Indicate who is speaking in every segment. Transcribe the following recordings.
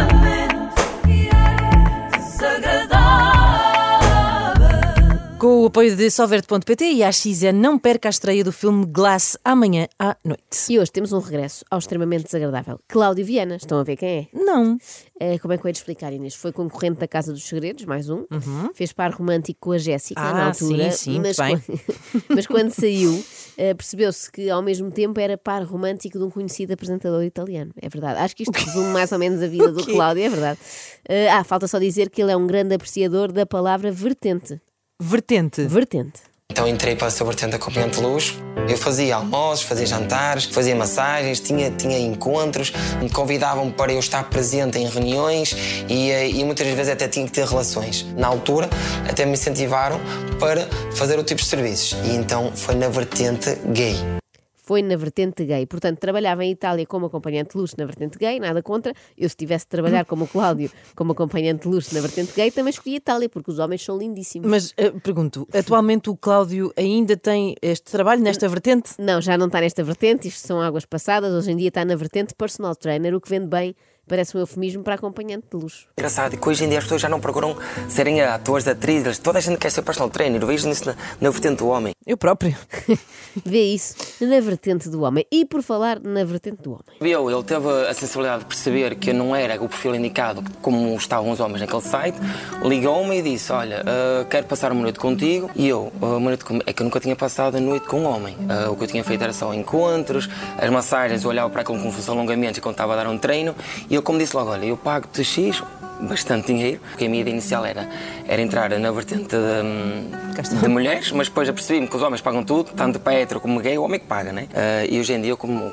Speaker 1: Extremamente desagradável.
Speaker 2: Com o apoio de Solverde.pt e a XN, não perca a estreia do filme Glass amanhã à noite.
Speaker 3: E hoje temos um regresso ao extremamente desagradável. Cláudio Viana, estão a ver quem é?
Speaker 2: Não.
Speaker 3: Eh, como é que eu ia te explicar, Inês? Foi concorrente da Casa dos Segredos, mais um. Fez par romântico com a Jéssica
Speaker 2: Uhum. Ah,
Speaker 3: na altura.
Speaker 2: sim, sim, muito
Speaker 3: mas, quan- mas quando saiu, eh, percebeu-se que ao mesmo tempo era par romântico de um conhecido apresentador italiano. É verdade. Acho que isto resume mais ou menos a vida do Cláudio, é verdade. Eh, ah, falta só dizer que ele é um grande apreciador da palavra vertente.
Speaker 2: Vertente.
Speaker 3: Vertente.
Speaker 4: Então entrei para a vertente da componente luz. Eu fazia almoços, fazia jantares, fazia massagens, tinha, tinha encontros, me convidavam para eu estar presente em reuniões e, eh, e muitas vezes até tinha que ter relações. Na altura, até me incentivaram para fazer o tipo de serviços. E então foi na vertente gay.
Speaker 3: foi na vertente gay. Portanto, trabalhava em Itália como acompanhante de luxo na vertente gay, nada contra. Eu, se tivesse de trabalhar como o Cláudio, como acompanhante de luxo na vertente gay, também escolhi Itália, porque os homens são lindíssimos.
Speaker 2: Mas eh, pergunto, atualmente o Cláudio ainda tem este trabalho nesta vertente?
Speaker 3: Não, já não está nesta vertente, isto são águas passadas. Hoje em dia está na vertente personal trainer, o que vende bem, parece um eufemismo para acompanhante de luxo.
Speaker 4: Engraçado que hoje em dia as pessoas já não procuram serem atores, atrizes, toda a gente quer ser personal trainer, vejo nisso na, na vertente do homem.
Speaker 2: Eu próprio.
Speaker 3: Vê isso na vertente do homem. E por falar na vertente do homem.
Speaker 4: Eu, ele teve a sensibilidade de perceber que eu não era o perfil indicado como estavam os homens naquele site, ligou-me e disse, olha, ah, quero passar uma noite contigo. E eu, ah, uma noite com... é que eu nunca tinha passado a noite com um homem. Ah, o que eu tinha feito era só encontros, as massagens, eu olhava para aquilo com fosse alongamentos e quando estava a dar um treino. E ele, como disse logo, olha, eu pago-te X, bastante dinheiro, porque a minha ideia inicial era, era entrar na vertente de, de mulheres, mas depois apercebi-me que os homens pagam tudo, tanto para hétero como gay, o homem que paga, né? Ah, e hoje em dia, como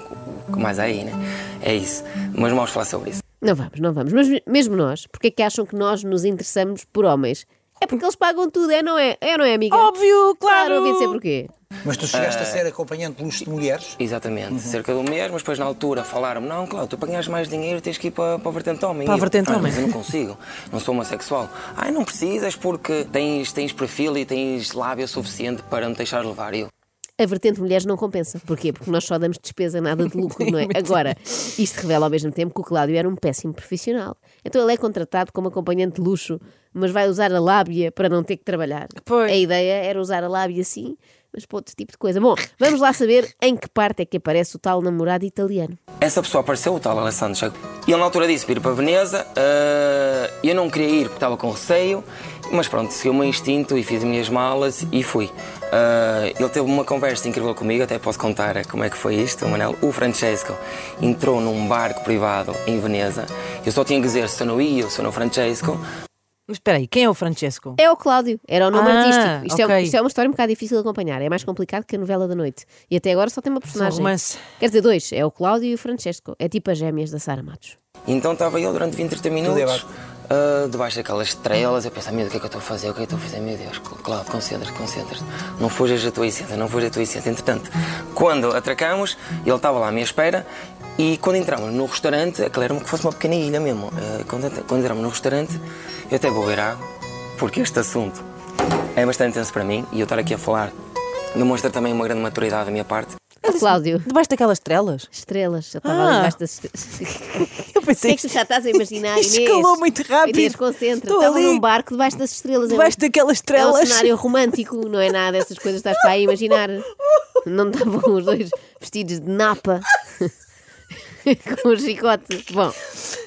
Speaker 4: o que mais há aí, né? É isso. Mas vamos falar sobre isso.
Speaker 3: Não vamos, não vamos. Mas mesmo nós, porque é que acham que nós nos interessamos por homens? É porque eles pagam tudo, é não é? É não é, amiga?
Speaker 2: Óbvio, claro.
Speaker 3: Claro, ouvi dizer porquê.
Speaker 5: Mas tu
Speaker 4: Ah,
Speaker 5: chegaste a ser acompanhante de luxo de mulheres?
Speaker 4: Exatamente,
Speaker 2: Uhum.
Speaker 4: cerca de um mês, mas depois na altura falaram-me: não, Cláudio, tu para ganhares mais dinheiro tens que ir para, para a vertente homem.
Speaker 2: Para a
Speaker 4: E eu,
Speaker 2: vertente
Speaker 4: "Ah,
Speaker 2: homem."
Speaker 4: Mas eu não consigo, não sou homossexual. Ai, não precisas porque tens, tens perfil e tens lábia suficiente para me deixar levar. E eu,
Speaker 3: a vertente mulheres não compensa. Porquê? Porque nós só damos despesa, nada de lucro, não é? Agora, isto revela ao mesmo tempo que o Cláudio era um péssimo profissional. Então ele é contratado como acompanhante de luxo, mas vai usar a lábia para não ter que trabalhar.
Speaker 2: Pois.
Speaker 3: A ideia era usar a lábia sim, mas para outro tipo de coisa. Bom, vamos lá saber em que parte é que aparece o tal namorado italiano.
Speaker 4: Essa pessoa apareceu, o tal Alessandro Chaco. E ele na altura disse para ir para Veneza. ah, eu não queria ir porque estava com receio, mas pronto, segui o meu instinto e fiz as minhas malas e fui. Ah, ele teve uma conversa incrível comigo, até posso contar como é que foi isto, Manel. O Francesco entrou num barco privado em Veneza. Eu só tinha que dizer se eu não ia ou se eu não Francesco.
Speaker 2: Mas espera aí, quem é o Francesco?
Speaker 3: É o Cláudio, era o nome
Speaker 2: Ah,
Speaker 3: artístico. Isto, é,
Speaker 2: ok.
Speaker 3: isto é uma história um bocado difícil de acompanhar, é mais complicado que a novela da noite. E até agora só tem uma personagem.
Speaker 2: romance.
Speaker 3: Quer dizer, dois, é o Cláudio e o Francesco. É tipo as gêmeas da Sara Matos.
Speaker 4: Então estava eu durante 20, 30 minutos.
Speaker 5: debaixo.
Speaker 4: ah, debaixo daquelas estrelas, eu pensava, meu Deus, o que é que eu estou a fazer? O que é que eu estou a fazer? Meu Deus, Cláudio, concentra-te, concentra-te. Não fujas da tua essência, não fujas da tua essência. Entretanto, quando atracamos, ele estava lá à minha espera e quando entramos no restaurante, aquilo era como que fosse uma pequena ilha mesmo. Ah, quando, entra- quando entramos no restaurante, eu até vou beber água, porque este assunto é bastante intenso para mim e eu estar aqui a falar demonstra também uma grande maturidade da minha parte.
Speaker 3: O Cláudio.
Speaker 2: Debaixo daquelas estrelas?
Speaker 3: Estrelas, eu
Speaker 2: Ah.
Speaker 3: estava ali embaixo das estrelas.
Speaker 2: Eu
Speaker 3: O que
Speaker 2: pensei
Speaker 3: é que tu já estás a imaginar, Inês?
Speaker 2: Isto escalou muito rápido.
Speaker 3: Inês, concentra.
Speaker 2: Estou
Speaker 3: Estava
Speaker 2: ali.
Speaker 3: num barco debaixo das estrelas.
Speaker 2: Debaixo daquelas
Speaker 3: é um, é um
Speaker 2: estrelas.
Speaker 3: cenário romântico, não é nada dessas coisas que estás para aí a imaginar. Não estavam os dois vestidos de napa com um chicote. Bom,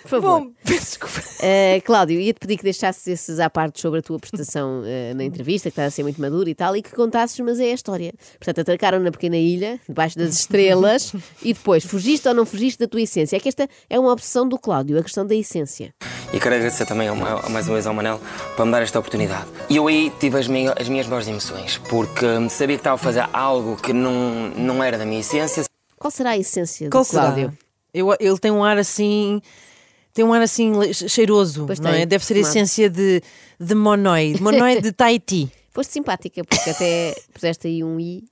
Speaker 3: por favor.
Speaker 2: Bom, peço desculpa.
Speaker 3: Uh, Cláudio, ia-te pedir que deixasses esses à parte sobre a tua prestação uh, na entrevista, que estás a ser muito madura e tal, e que contasses, mas é a história. Portanto, atracaram na pequena ilha, debaixo das estrelas, e depois, fugiste ou não fugiste da tua essência? É que esta é uma obsessão do Cláudio, a questão da essência.
Speaker 4: E quero agradecer também ao, ao- mais uma vez ao Manel para me dar esta oportunidade. E eu aí tive as, minha- as minhas maiores emoções, porque hum, sabia que estava a fazer algo que não, não era da minha essência,
Speaker 3: Qual será a essência
Speaker 2: Qual
Speaker 3: do
Speaker 2: será?
Speaker 3: Cláudio?
Speaker 2: Eu- ele tem um ar assim. Tem um ar assim le- cheiroso,
Speaker 3: Pois
Speaker 2: não
Speaker 3: tem,
Speaker 2: é? Deve ser a
Speaker 3: tomate.
Speaker 2: essência de, de Monoi. De Monoi de Tahiti.
Speaker 3: Foste simpática, porque até puseste aí um i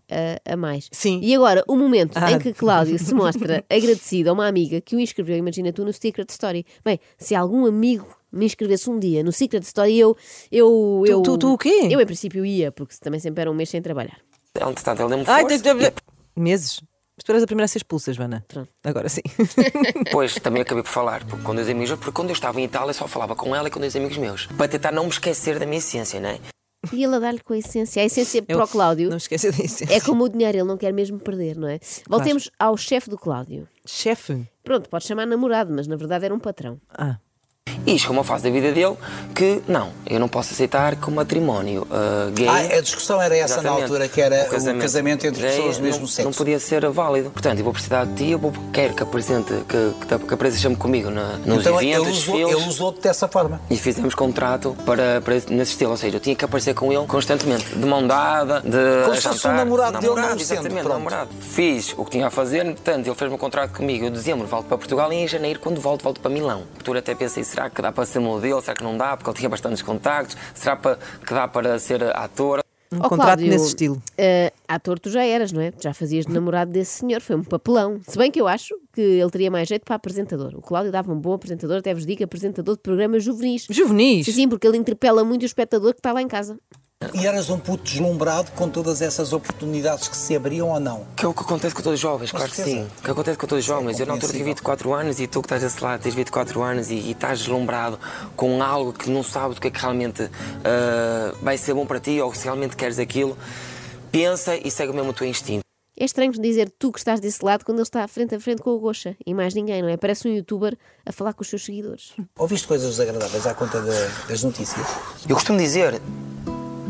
Speaker 3: a, a mais.
Speaker 2: Sim.
Speaker 3: E agora, o momento
Speaker 2: Ah.
Speaker 3: em que Cláudio se mostra agradecido a uma amiga que o inscreveu, imagina tu, no Secret Story. Bem, se algum amigo me inscrevesse um dia no Secret Story, eu. eu,
Speaker 2: Tu-
Speaker 3: eu
Speaker 2: tu- tu o quê?
Speaker 3: Eu, em princípio, ia, porque também sempre era um mês sem trabalhar.
Speaker 4: Entretanto, ele deu-me
Speaker 2: Ai,
Speaker 4: força.
Speaker 2: tem- tem- Meses. Mas tu eras a primeira a ser expulsa, Joana. Agora sim.
Speaker 4: Depois também acabei por falar por- com dois amigos, porque quando eu estava em Itália só falava com ela e com dois amigos meus, para tentar não me esquecer da minha essência, né?
Speaker 3: E ele a dar-lhe com a essência. A essência
Speaker 2: Eu-
Speaker 3: É para o Cláudio
Speaker 2: Não esqueça disso.
Speaker 3: é como o dinheiro, ele não quer mesmo perder, não é? Voltemos ao chefe do Cláudio.
Speaker 2: Chefe.
Speaker 3: Pronto, pode chamar namorado, mas na verdade era um patrão.
Speaker 2: Ah.
Speaker 4: E chegou uma fase da vida dele que não, eu não posso aceitar que o matrimónio ah, gay.
Speaker 5: Ah, a discussão era essa na
Speaker 4: Exatamente.
Speaker 5: altura, que era o casamento, entre
Speaker 4: gay
Speaker 5: pessoas do mesmo
Speaker 4: é não,
Speaker 5: sexo.
Speaker 4: Não podia ser válido. Portanto, eu vou precisar de ti, eu vou, quero que apresente, que, que, que apareças sempre comigo na, nos
Speaker 5: então ele
Speaker 4: eventos,
Speaker 5: usou-
Speaker 4: filmes.
Speaker 5: ele usou-te dessa forma.
Speaker 4: E fizemos contrato para, para nesse estilo, ou seja, eu tinha que aparecer com ele constantemente, de mão dada, de.
Speaker 5: Como se
Speaker 4: a
Speaker 5: fosse
Speaker 4: jantar.
Speaker 5: um namorado dele, não o sendo,
Speaker 4: exatamente,
Speaker 5: pronto.
Speaker 4: namorado. Fiz o que tinha a fazer, portanto, ele fez-me um contrato comigo. Eu, em dezembro, volto para Portugal e em janeiro, quando volto, volto para Milão. Por até pensei, será que dá para ser modelo? Será que não dá? Porque ele tinha bastantes contactos. Será pa- que dá para ser ator?
Speaker 2: Um
Speaker 3: Ó,
Speaker 2: contrato
Speaker 3: Cláudio,
Speaker 2: nesse estilo.
Speaker 3: eh, ator tu já eras, não é? Já fazias de namorado desse senhor, foi um papelão. Se bem que eu acho que ele teria mais jeito para apresentador. O Cláudio dava um bom apresentador, até vos digo, apresentador de programas juvenis.
Speaker 2: Juvenis.
Speaker 3: Sim, sim, porque ele interpela muito o espectador que está lá em casa.
Speaker 5: E eras um puto deslumbrado com todas essas oportunidades que se abriam ou não?
Speaker 4: Que é o que acontece com todos os jovens, claro que
Speaker 5: certeza. é
Speaker 4: sim. O que acontece com todos os jovens. Eu na altura tinha
Speaker 5: compreensível.
Speaker 4: 24 anos e tu que estás desse lado tens 24 anos e, e estás deslumbrado com algo que não sabes o que é que realmente ah, vai ser bom para ti ou se realmente queres aquilo. Pensa e segue mesmo o teu instinto.
Speaker 3: É estranho dizer tu que estás desse lado quando ele está frente a frente com o Gocha e mais ninguém, não é? Parece um youtuber a falar com os seus seguidores.
Speaker 5: Ouviste coisas desagradáveis à conta da- das notícias?
Speaker 4: Eu costumo dizer,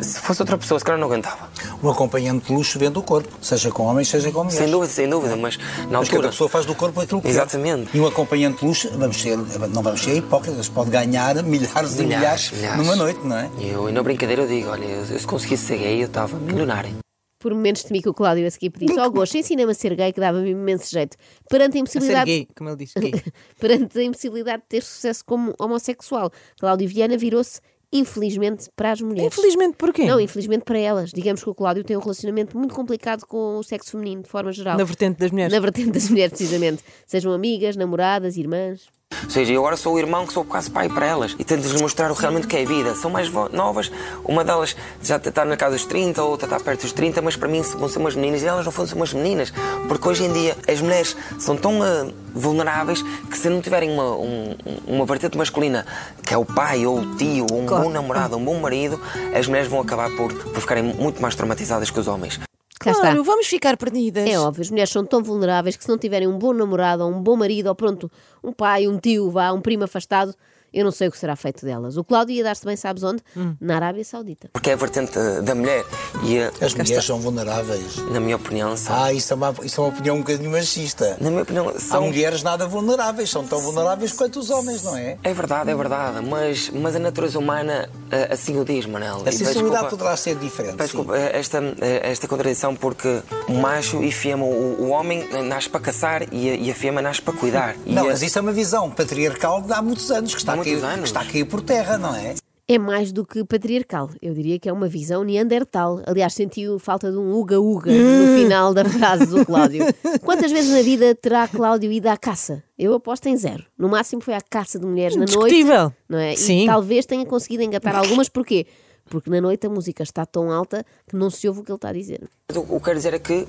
Speaker 4: se fosse outra pessoa, se calhar não aguentava.
Speaker 5: Um acompanhante de luxo vende o corpo, seja com homens, seja com mulheres.
Speaker 4: Sem dúvida, sem dúvida, mas na
Speaker 5: Mas cada
Speaker 4: altura.
Speaker 5: pessoa faz do corpo aquilo que
Speaker 4: Exatamente.
Speaker 5: quer. E um acompanhante de luxo, vamos ser, não vamos ser hipócritas, pode ganhar milhares, e milhares, numa noite, não é?
Speaker 4: Eu, e na brincadeira, eu digo: olha, eu, eu se conseguisse ser gay, eu estava milionário.
Speaker 3: Por momentos temi que o Cláudio a seguir pedisse ao Gocha, ensina-me a ser gay que dava-me imenso jeito. Perante a
Speaker 2: A ser
Speaker 3: impossibilidade
Speaker 2: gay, como ele diz. Gay.
Speaker 3: perante a impossibilidade de ter sucesso como homossexual. Cláudio Viana virou-se, infelizmente, para as mulheres.
Speaker 2: Infelizmente, porquê?
Speaker 3: Não, infelizmente para elas. Digamos que o Cláudio tem um relacionamento muito complicado com o sexo feminino, de forma geral.
Speaker 2: Na vertente das mulheres.
Speaker 3: Na vertente das mulheres, precisamente. Sejam amigas, namoradas, irmãs.
Speaker 4: Ou seja, eu agora sou o irmão que sou quase pai para elas e tento-lhes mostrar o- realmente o que é a vida. São mais vo- novas, uma delas já está na casa dos 30, a outra está perto dos 30, mas para mim vão ser umas meninas e elas não vão ser umas meninas. Porque hoje em dia as mulheres são tão ah, vulneráveis que se não tiverem uma, um- uma vertente masculina, que é o pai ou o tio, ou um bom namorado, um bom marido, as mulheres vão acabar por, por ficarem muito mais traumatizadas que os homens.
Speaker 3: Cá está.
Speaker 2: Claro, vamos ficar perdidas.
Speaker 3: É óbvio, as mulheres são tão vulneráveis que se não tiverem um bom namorado ou um bom marido ou pronto, um pai, um tio, vá, um primo afastado, eu não sei o que será feito delas. O Cláudio ia dar-se bem, sabes onde?
Speaker 2: Hum.
Speaker 3: Na Arábia Saudita.
Speaker 4: Porque é a vertente ah, da mulher e, ah,
Speaker 5: As mulheres são vulneráveis.
Speaker 4: na minha opinião, são.
Speaker 5: Ah, isso é uma, isso é uma opinião um bocadinho machista.
Speaker 4: Na minha opinião,
Speaker 5: Há
Speaker 4: são
Speaker 5: mulheres nada vulneráveis, são tão vulneráveis quanto os homens, não é?
Speaker 4: É verdade, é verdade, mas, mas a natureza humana eh, assim o diz, Manel. E
Speaker 5: A
Speaker 4: peço
Speaker 5: sensibilidade
Speaker 4: desculpa-
Speaker 5: poderá ser diferente.
Speaker 4: Peço
Speaker 5: sim.
Speaker 4: desculpa, eh, esta, eh, esta contradição, porque o macho e fêmea, o, o homem eh, nasce para caçar e a, e a fêmea nasce para cuidar. E
Speaker 5: Não,
Speaker 4: a-
Speaker 5: mas isso é uma visão patriarcal de há muitos anos que
Speaker 4: Há
Speaker 5: está, a
Speaker 4: muitos
Speaker 5: cair, que
Speaker 4: anos.
Speaker 5: está a cair por terra, não é?
Speaker 3: É mais do que patriarcal. Eu diria que é uma visão neandertal. Aliás, senti falta de um uga-uga no final da frase do Cláudio. Quantas vezes na vida terá Cláudio ido à caça? Eu aposto em zero. No máximo foi à caça de mulheres na noite.
Speaker 2: Indiscutível.
Speaker 3: Não é?
Speaker 2: Sim.
Speaker 3: E talvez tenha conseguido engatar algumas. Porquê? Porque na noite a música está tão alta que não se ouve o que ele está a dizer.
Speaker 4: O que eu quero dizer é que,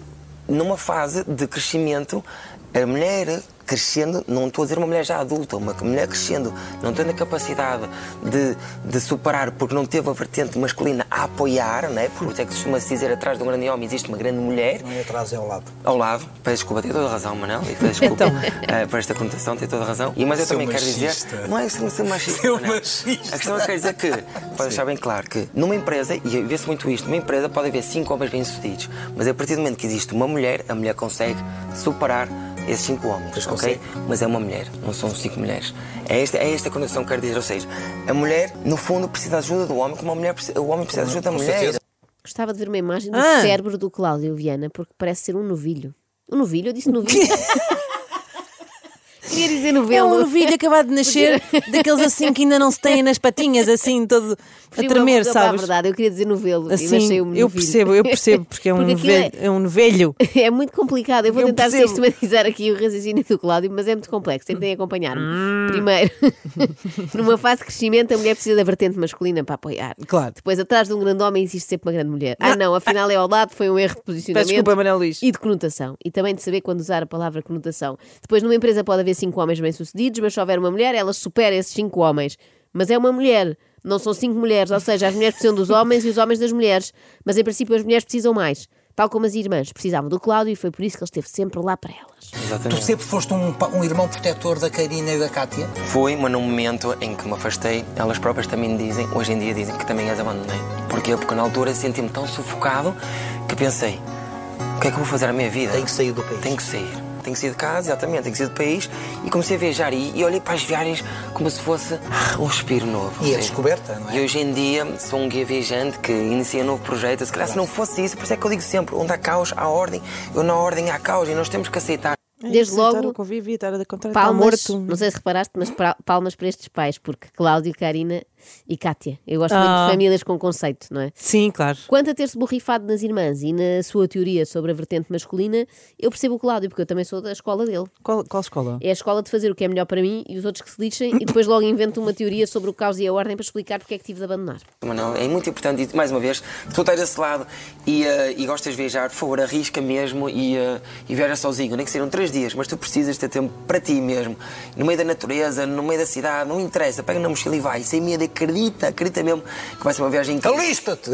Speaker 4: numa fase de crescimento, a mulher crescendo, não estou a dizer uma mulher já adulta, uma mulher crescendo, não tendo a capacidade de, de superar porque não teve a vertente masculina a apoiar, né? porque é que costuma-se dizer atrás de um grande homem existe uma grande mulher,
Speaker 5: Não é atrás, é ao lado.
Speaker 4: ao lado, peço desculpa, tem toda a razão, Manel, e peço desculpa
Speaker 2: Então.
Speaker 4: eh, por esta conotação, tem toda a razão. E, mas eu
Speaker 5: Seu
Speaker 4: também
Speaker 5: machista.
Speaker 4: quero dizer, não é ser ser machista.
Speaker 5: Seu
Speaker 4: Manel.
Speaker 5: machista.
Speaker 4: A questão é que quero dizer que, para deixar bem claro, que numa empresa, e vê-se muito isto, numa empresa pode haver cinco homens bem-sucedidos, mas a partir do momento que existe uma mulher, a mulher consegue superar esses cinco homens,
Speaker 5: Pois
Speaker 4: ok?
Speaker 5: consegue.
Speaker 4: Mas é uma mulher, não são cinco mulheres. É esta, é esta a condição que quero dizer, ou seja, a mulher, no fundo, precisa da ajuda do homem, como a mulher, precisa- o homem precisa da ajuda da
Speaker 5: Com
Speaker 4: mulher.
Speaker 5: certeza.
Speaker 3: Gostava de ver uma imagem do
Speaker 2: Ah.
Speaker 3: cérebro do Cláudio Viana, porque parece ser um novilho. Um novilho? Eu disse novilho. Queria dizer
Speaker 2: É um
Speaker 3: novelo.
Speaker 2: novilho acabado de nascer, daqueles assim que ainda não se têm nas patinhas, assim, todo a
Speaker 3: Prefiro
Speaker 2: tremer,
Speaker 3: novelo, pá,
Speaker 2: sabes?
Speaker 3: A é verdade, eu queria dizer novelo. e
Speaker 2: Assim,
Speaker 3: baixei o
Speaker 2: eu
Speaker 3: novilho.
Speaker 2: percebo, eu percebo, porque é um,
Speaker 3: Porque aquilo
Speaker 2: novelho, é... um novelho.
Speaker 3: É muito complicado. Eu vou
Speaker 2: Eu
Speaker 3: tentar
Speaker 2: percebo.
Speaker 3: sistematizar aqui o raciocínio do Cláudio, mas é muito complexo. Tentem acompanhar-me.
Speaker 2: Hum.
Speaker 3: Primeiro, numa fase de crescimento, a mulher precisa da vertente masculina para apoiar.
Speaker 2: Claro.
Speaker 3: Depois, atrás de um grande homem, existe sempre uma grande mulher. Ah, não, afinal é ao lado, foi um erro de posicionamento.
Speaker 2: Peço desculpa, Manuel Luís.
Speaker 3: E de conotação. E também de saber quando usar a palavra conotação. Depois, numa empresa pode haver cinco homens bem-sucedidos, mas se houver uma mulher, ela supera esses cinco homens. Mas é uma mulher. Não são cinco mulheres, ou seja, as mulheres precisam dos homens e os homens das mulheres. Mas em princípio as mulheres precisam mais. Tal como as irmãs precisavam do Cláudio e foi por isso que ele esteve sempre lá para elas.
Speaker 5: Tu
Speaker 4: Exatamente.
Speaker 5: sempre foste um, pa- um irmão protetor da Karina e da Cátia?
Speaker 4: Foi, mas num momento em que me afastei, elas próprias também dizem, hoje em dia dizem que também as abandonei. Porquê? Porque na altura senti-me tão sufocado que pensei, o que é que eu vou fazer à minha vida?
Speaker 5: Tenho que sair do país.
Speaker 4: Tenho que sair. Tenho que sair de casa, exatamente, tenho que sair do país. E comecei a viajar e, e olhei para as viagens como se fosse ah, um respiro novo.
Speaker 5: E a
Speaker 4: Sim.
Speaker 5: descoberta, não é?
Speaker 4: E hoje em dia sou um guia viajante que inicia um novo projeto. Se calhar se não fosse isso, por isso é que eu digo sempre, onde há caos, há ordem. Eu na ordem há caos e nós temos que aceitar.
Speaker 3: Desde
Speaker 2: então, tá
Speaker 3: logo,
Speaker 2: convívio, estar a um. contar,
Speaker 3: palmas,
Speaker 2: Tá
Speaker 3: não sei se reparaste, mas pra- palmas para estes pais, porque Cláudio, Karina e Cátia. Eu gosto muito
Speaker 2: Ah.
Speaker 3: de famílias com conceito, não é?
Speaker 2: Sim, claro.
Speaker 3: Quanto a ter-se borrifado nas irmãs e na sua teoria sobre a vertente masculina, eu percebo o Cláudio, porque eu também sou da escola dele.
Speaker 2: Qual, qual escola?
Speaker 3: É a escola de fazer o que é melhor para mim e os outros que se lixem e depois logo invento uma teoria sobre o caos e a ordem para explicar porque é que tive de abandonar.
Speaker 4: Mas não, é muito importante, e mais uma vez, se tu estás desse lado e, eh, e gostas de viajar, por favor, arrisca mesmo e, eh, e viaja sozinho. Nem que sejam três dias, mas tu precisas ter tempo para ti mesmo. No meio da natureza, no meio da cidade, não interessa. Pega na mochila e vai. Sem medo, acredita, acredita mesmo que vai ser uma viagem incrível.
Speaker 5: Alista-te!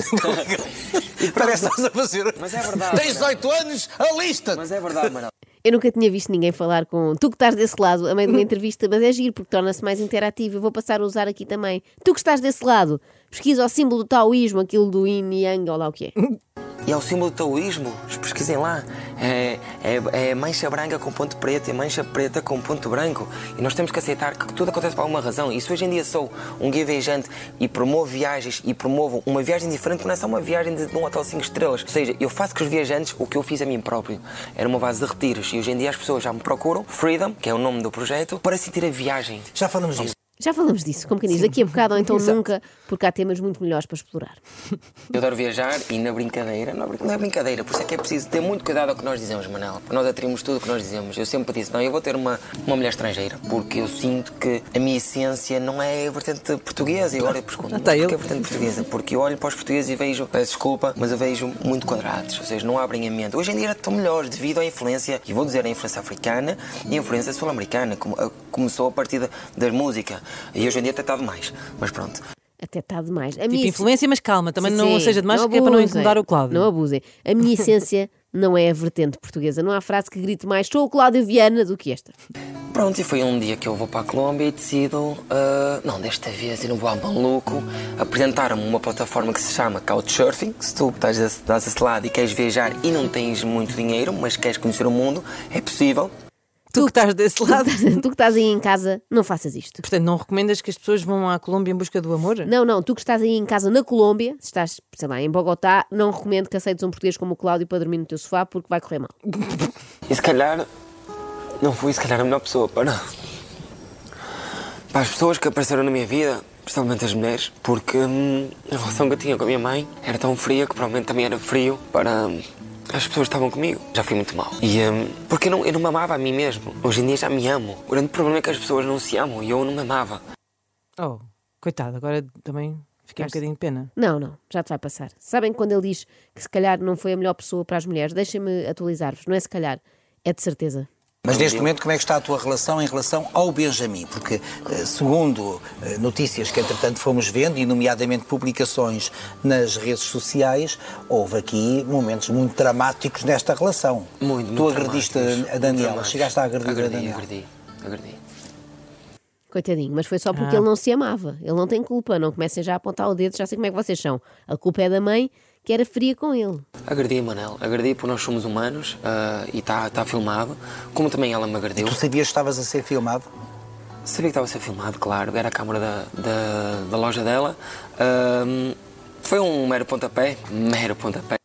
Speaker 5: Parece que estás a fazer.
Speaker 4: Mas é verdade,
Speaker 5: Tens
Speaker 4: não é?
Speaker 5: 18 anos, alista-te!
Speaker 4: Mas é verdade, Manel.
Speaker 3: Eu nunca tinha visto ninguém falar com tu que estás desse lado a meio de uma entrevista, mas é giro porque torna-se mais interativo. Eu vou passar a usar aqui também. Tu que estás desse lado, pesquisa o símbolo do taoísmo, aquilo do yin e yang, ou lá o que é.
Speaker 4: E é o símbolo do taoísmo, pesquisem lá. É, é, é mancha branca com ponto preto e mancha preta com ponto branco. E nós temos que aceitar que tudo acontece por alguma razão. E se hoje em dia sou um guia viajante e promovo viagens e promovo uma viagem diferente, não é só uma viagem de de um hotel 5 estrelas. Ou seja, eu faço com os viajantes o que eu fiz a mim próprio. Era uma base de retiros. E hoje em dia as pessoas já me procuram, Freedom, que é o nome do projeto, para sentir a viagem.
Speaker 5: Já falamos disso.
Speaker 3: Já falamos disso, como quem diz, daqui a bocado ou então nunca, porque há temas muito melhores para explorar.
Speaker 4: Eu adoro viajar e na brincadeira, não, não é brincadeira, por isso é que é preciso ter muito cuidado ao que nós dizemos, Manel. Nós atribuímos tudo o que nós dizemos. Eu sempre disse, não, eu vou ter uma, uma mulher estrangeira, porque eu sinto que a minha essência não é a vertente portuguesa. E agora eu pergunto, mas
Speaker 2: Até
Speaker 4: porquê
Speaker 2: eu.
Speaker 4: é a vertente portuguesa? Porque eu olho para os portugueses e vejo, peço desculpa, mas eu vejo muito quadrados, ou seja, não abrem a mente. Hoje em dia estão melhores devido à influência, e vou dizer a influência africana e a influência sul-americana, como, a- começou a partir da, da música. E hoje em dia até está demais, mas pronto.
Speaker 3: Até está demais. A
Speaker 2: Tipo
Speaker 3: minha
Speaker 2: influência, mas calma, também
Speaker 3: Sim,
Speaker 2: não
Speaker 3: sim.
Speaker 2: seja demais, que é para não
Speaker 3: abusem.
Speaker 2: incomodar o Cláudio.
Speaker 3: Não abusem. A minha essência não é a vertente portuguesa. Não há frase que grite mais sou o Cláudio Viana do que esta.
Speaker 4: Pronto, e foi um dia que eu vou para a Colômbia e decido, ah, não, desta vez eu não vou ao maluco. Apresentaram-me uma plataforma que se chama Couchsurfing. Se tu estás desse, estás desse lado e queres viajar e não tens muito dinheiro, mas queres conhecer o mundo, é possível.
Speaker 2: Tu que estás desse
Speaker 3: Tu
Speaker 2: lado.
Speaker 3: que estás- tu que estás aí em casa, não faças isto.
Speaker 2: Portanto, não recomendas que as pessoas vão à Colômbia em busca do amor?
Speaker 3: Não, não, tu que estás aí em casa na Colômbia, se estás, sei lá, em Bogotá, não recomendo que aceites um português como o Cláudio para dormir no teu sofá porque vai correr mal.
Speaker 4: E se calhar, não fui se calhar a melhor pessoa para... Para as pessoas que apareceram na minha vida, principalmente as mulheres, porque hum, a relação que eu tinha com a minha mãe era tão fria que provavelmente também era frio para hum, as pessoas que estavam comigo. Já fui muito mal. E hum, porque eu não, eu não me amava a mim mesmo. Hoje em dia já me amo. O grande problema é que as pessoas não se amam e eu não me amava.
Speaker 2: Oh, coitado, agora também fiquei um bocadinho de pena.
Speaker 3: Não, não, já te vai passar. Sabem quando ele diz que se calhar não foi a melhor pessoa para as mulheres? Deixem-me atualizar-vos, não é se calhar, é de certeza.
Speaker 5: Mas neste momento, como é que está a tua relação em relação ao Benjamin? Porque, eh, segundo eh, notícias que entretanto fomos vendo, e nomeadamente publicações nas redes sociais, houve aqui momentos muito dramáticos nesta relação.
Speaker 4: Muito,
Speaker 5: Tu
Speaker 4: muito
Speaker 5: agrediste
Speaker 4: dramáticos,
Speaker 5: a
Speaker 4: muito
Speaker 5: Daniela,
Speaker 4: dramáticos.
Speaker 5: chegaste a agredir a
Speaker 4: agredi,
Speaker 5: Daniela.
Speaker 4: agredi, agredi.
Speaker 3: Coitadinho, mas foi só porque
Speaker 2: Ah.
Speaker 3: ele não se amava. Ele não tem culpa, não comecem já a apontar o dedo, já sei como é que vocês são. A culpa é da mãe que era fria com ele.
Speaker 4: Agredi, Manel. Agredi porque nós somos humanos ah, e está tá filmado. Como também ela me agrediu.
Speaker 5: Tu sabias que estavas a ser filmado?
Speaker 4: Sabia que estava a ser filmado, claro, era a câmara da, da, da loja dela. Ahm, foi um mero pontapé, mero pontapé.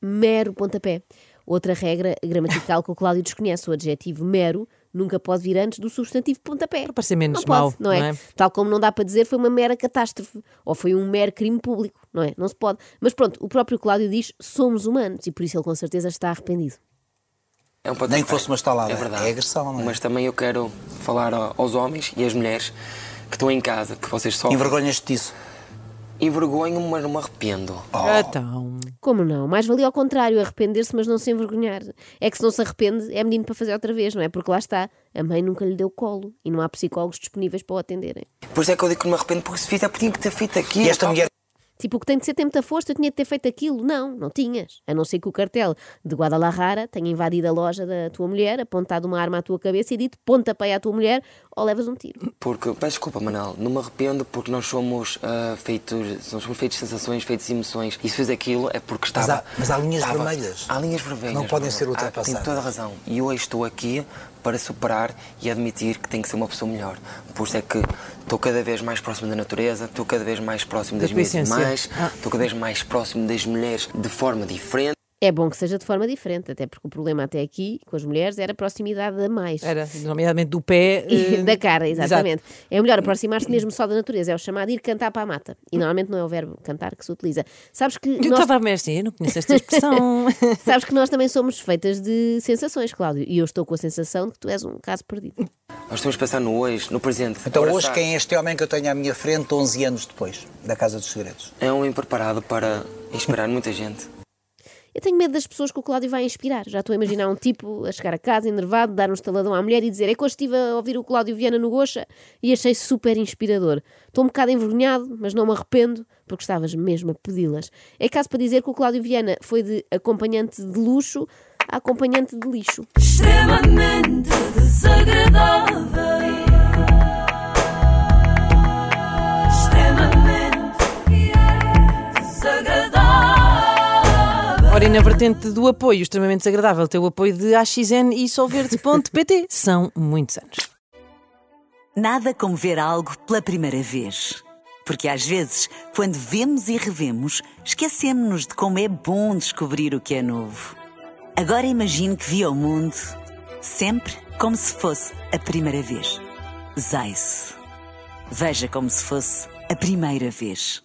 Speaker 3: Mero pontapé. Outra regra gramatical que o Cláudio desconhece, o adjetivo mero nunca pode vir antes do substantivo pontapé. Para
Speaker 2: parecer menos
Speaker 3: não pode,
Speaker 2: mau,
Speaker 3: não, é?
Speaker 2: não é?
Speaker 3: Tal como não dá para dizer foi uma mera catástrofe ou foi um mero crime público, não é? Não se pode. Mas pronto, o próprio Cláudio diz somos humanos e por isso ele com certeza está arrependido.
Speaker 4: É um pontapé.
Speaker 5: Nem que fosse uma estalada.
Speaker 4: É verdade.
Speaker 5: É agressão, não é?
Speaker 4: Mas também eu quero falar a- aos homens e às mulheres que estão em casa, que vocês só
Speaker 5: Envergonhas-te disso.
Speaker 4: envergonham-me, mas não me arrependo.
Speaker 2: Então,
Speaker 3: Como não? Mais valia ao contrário, arrepender-se, mas não se envergonhar. É que se não se arrepende, é menino para fazer outra vez, não é? Porque lá está, a mãe nunca lhe deu colo e não há psicólogos disponíveis para o atenderem.
Speaker 4: Por isso é que eu digo que não me arrependo, porque se fizer, tinha que ter feito aquilo.
Speaker 5: E esta mulher
Speaker 3: Tipo, o que tem de ser tem muita força, eu tinha de ter feito aquilo. Não, não tinhas. A não ser que o cartel de Guadalajara tenha invadido a loja da tua mulher, apontado uma arma à tua cabeça e dito pontapé à tua mulher ou levas um tiro.
Speaker 4: Porque, peço desculpa, Manel, não me arrependo porque nós somos ah, feitos, nós somos feitos de sensações, feitos de emoções. E se fiz aquilo é porque estava.
Speaker 5: há- mas há linhas
Speaker 4: estava-
Speaker 5: vermelhas.
Speaker 4: Há linhas vermelhas.
Speaker 5: Não podem
Speaker 4: Manel.
Speaker 5: ser
Speaker 4: Ah,
Speaker 5: ultrapassadas.
Speaker 4: Tem toda a razão. E hoje estou aqui para superar e admitir que tenho que ser uma pessoa melhor. Por isso é que estou cada vez mais próximo da natureza, estou cada vez mais próximo das
Speaker 2: tua
Speaker 4: minhas
Speaker 2: essência.
Speaker 4: irmãs,
Speaker 2: Ah.
Speaker 4: estou cada vez mais próximo das mulheres de forma diferente.
Speaker 3: É bom que seja de forma diferente, até porque o problema até aqui com as mulheres era a proximidade a mais.
Speaker 2: era, nomeadamente do pé. eh,
Speaker 3: da cara,
Speaker 2: exato.
Speaker 3: exatamente. É melhor aproximar-se mesmo só da natureza, é o chamado ir cantar para a mata. E normalmente não é o verbo cantar que se utiliza. Sabes que,
Speaker 2: Eu
Speaker 3: nós,
Speaker 2: estava a me assim, eu não conheço esta expressão.
Speaker 3: sabes que nós também somos feitas de sensações, Cláudio, e eu estou com a sensação de que tu és um caso perdido.
Speaker 4: Nós temos de pensar no hoje, no presente.
Speaker 5: Então hoje
Speaker 4: abraçar.
Speaker 5: quem é este homem que eu tenho à minha frente 11 anos depois, da Casa dos Segredos?
Speaker 4: É um homem preparado para inspirar muita gente.
Speaker 3: Eu tenho medo das pessoas que o Cláudio vai inspirar. Já estou a imaginar um tipo a chegar a casa enervado, dar um estaladão à mulher e dizer: É que hoje estive a ouvir o Cláudio Viana no Gocha e achei super inspirador. Estou um bocado envergonhado, mas não me arrependo, porque estavas mesmo a pedi-las. É caso para dizer que o Cláudio Viana foi de acompanhante de luxo a acompanhante de lixo.
Speaker 1: extremamente desagradável, extremamente desagradável.
Speaker 2: Ora, e na vertente do apoio, extremamente desagradável, ter o apoio de AXN e solverde.pt. São muitos anos.
Speaker 6: Nada como ver algo pela primeira vez. Porque às vezes, quando vemos e revemos, esquecemos-nos de como é bom descobrir o que é novo. Agora imagine que viu o mundo sempre como se fosse a primeira vez. Zais. Veja como se fosse a primeira vez.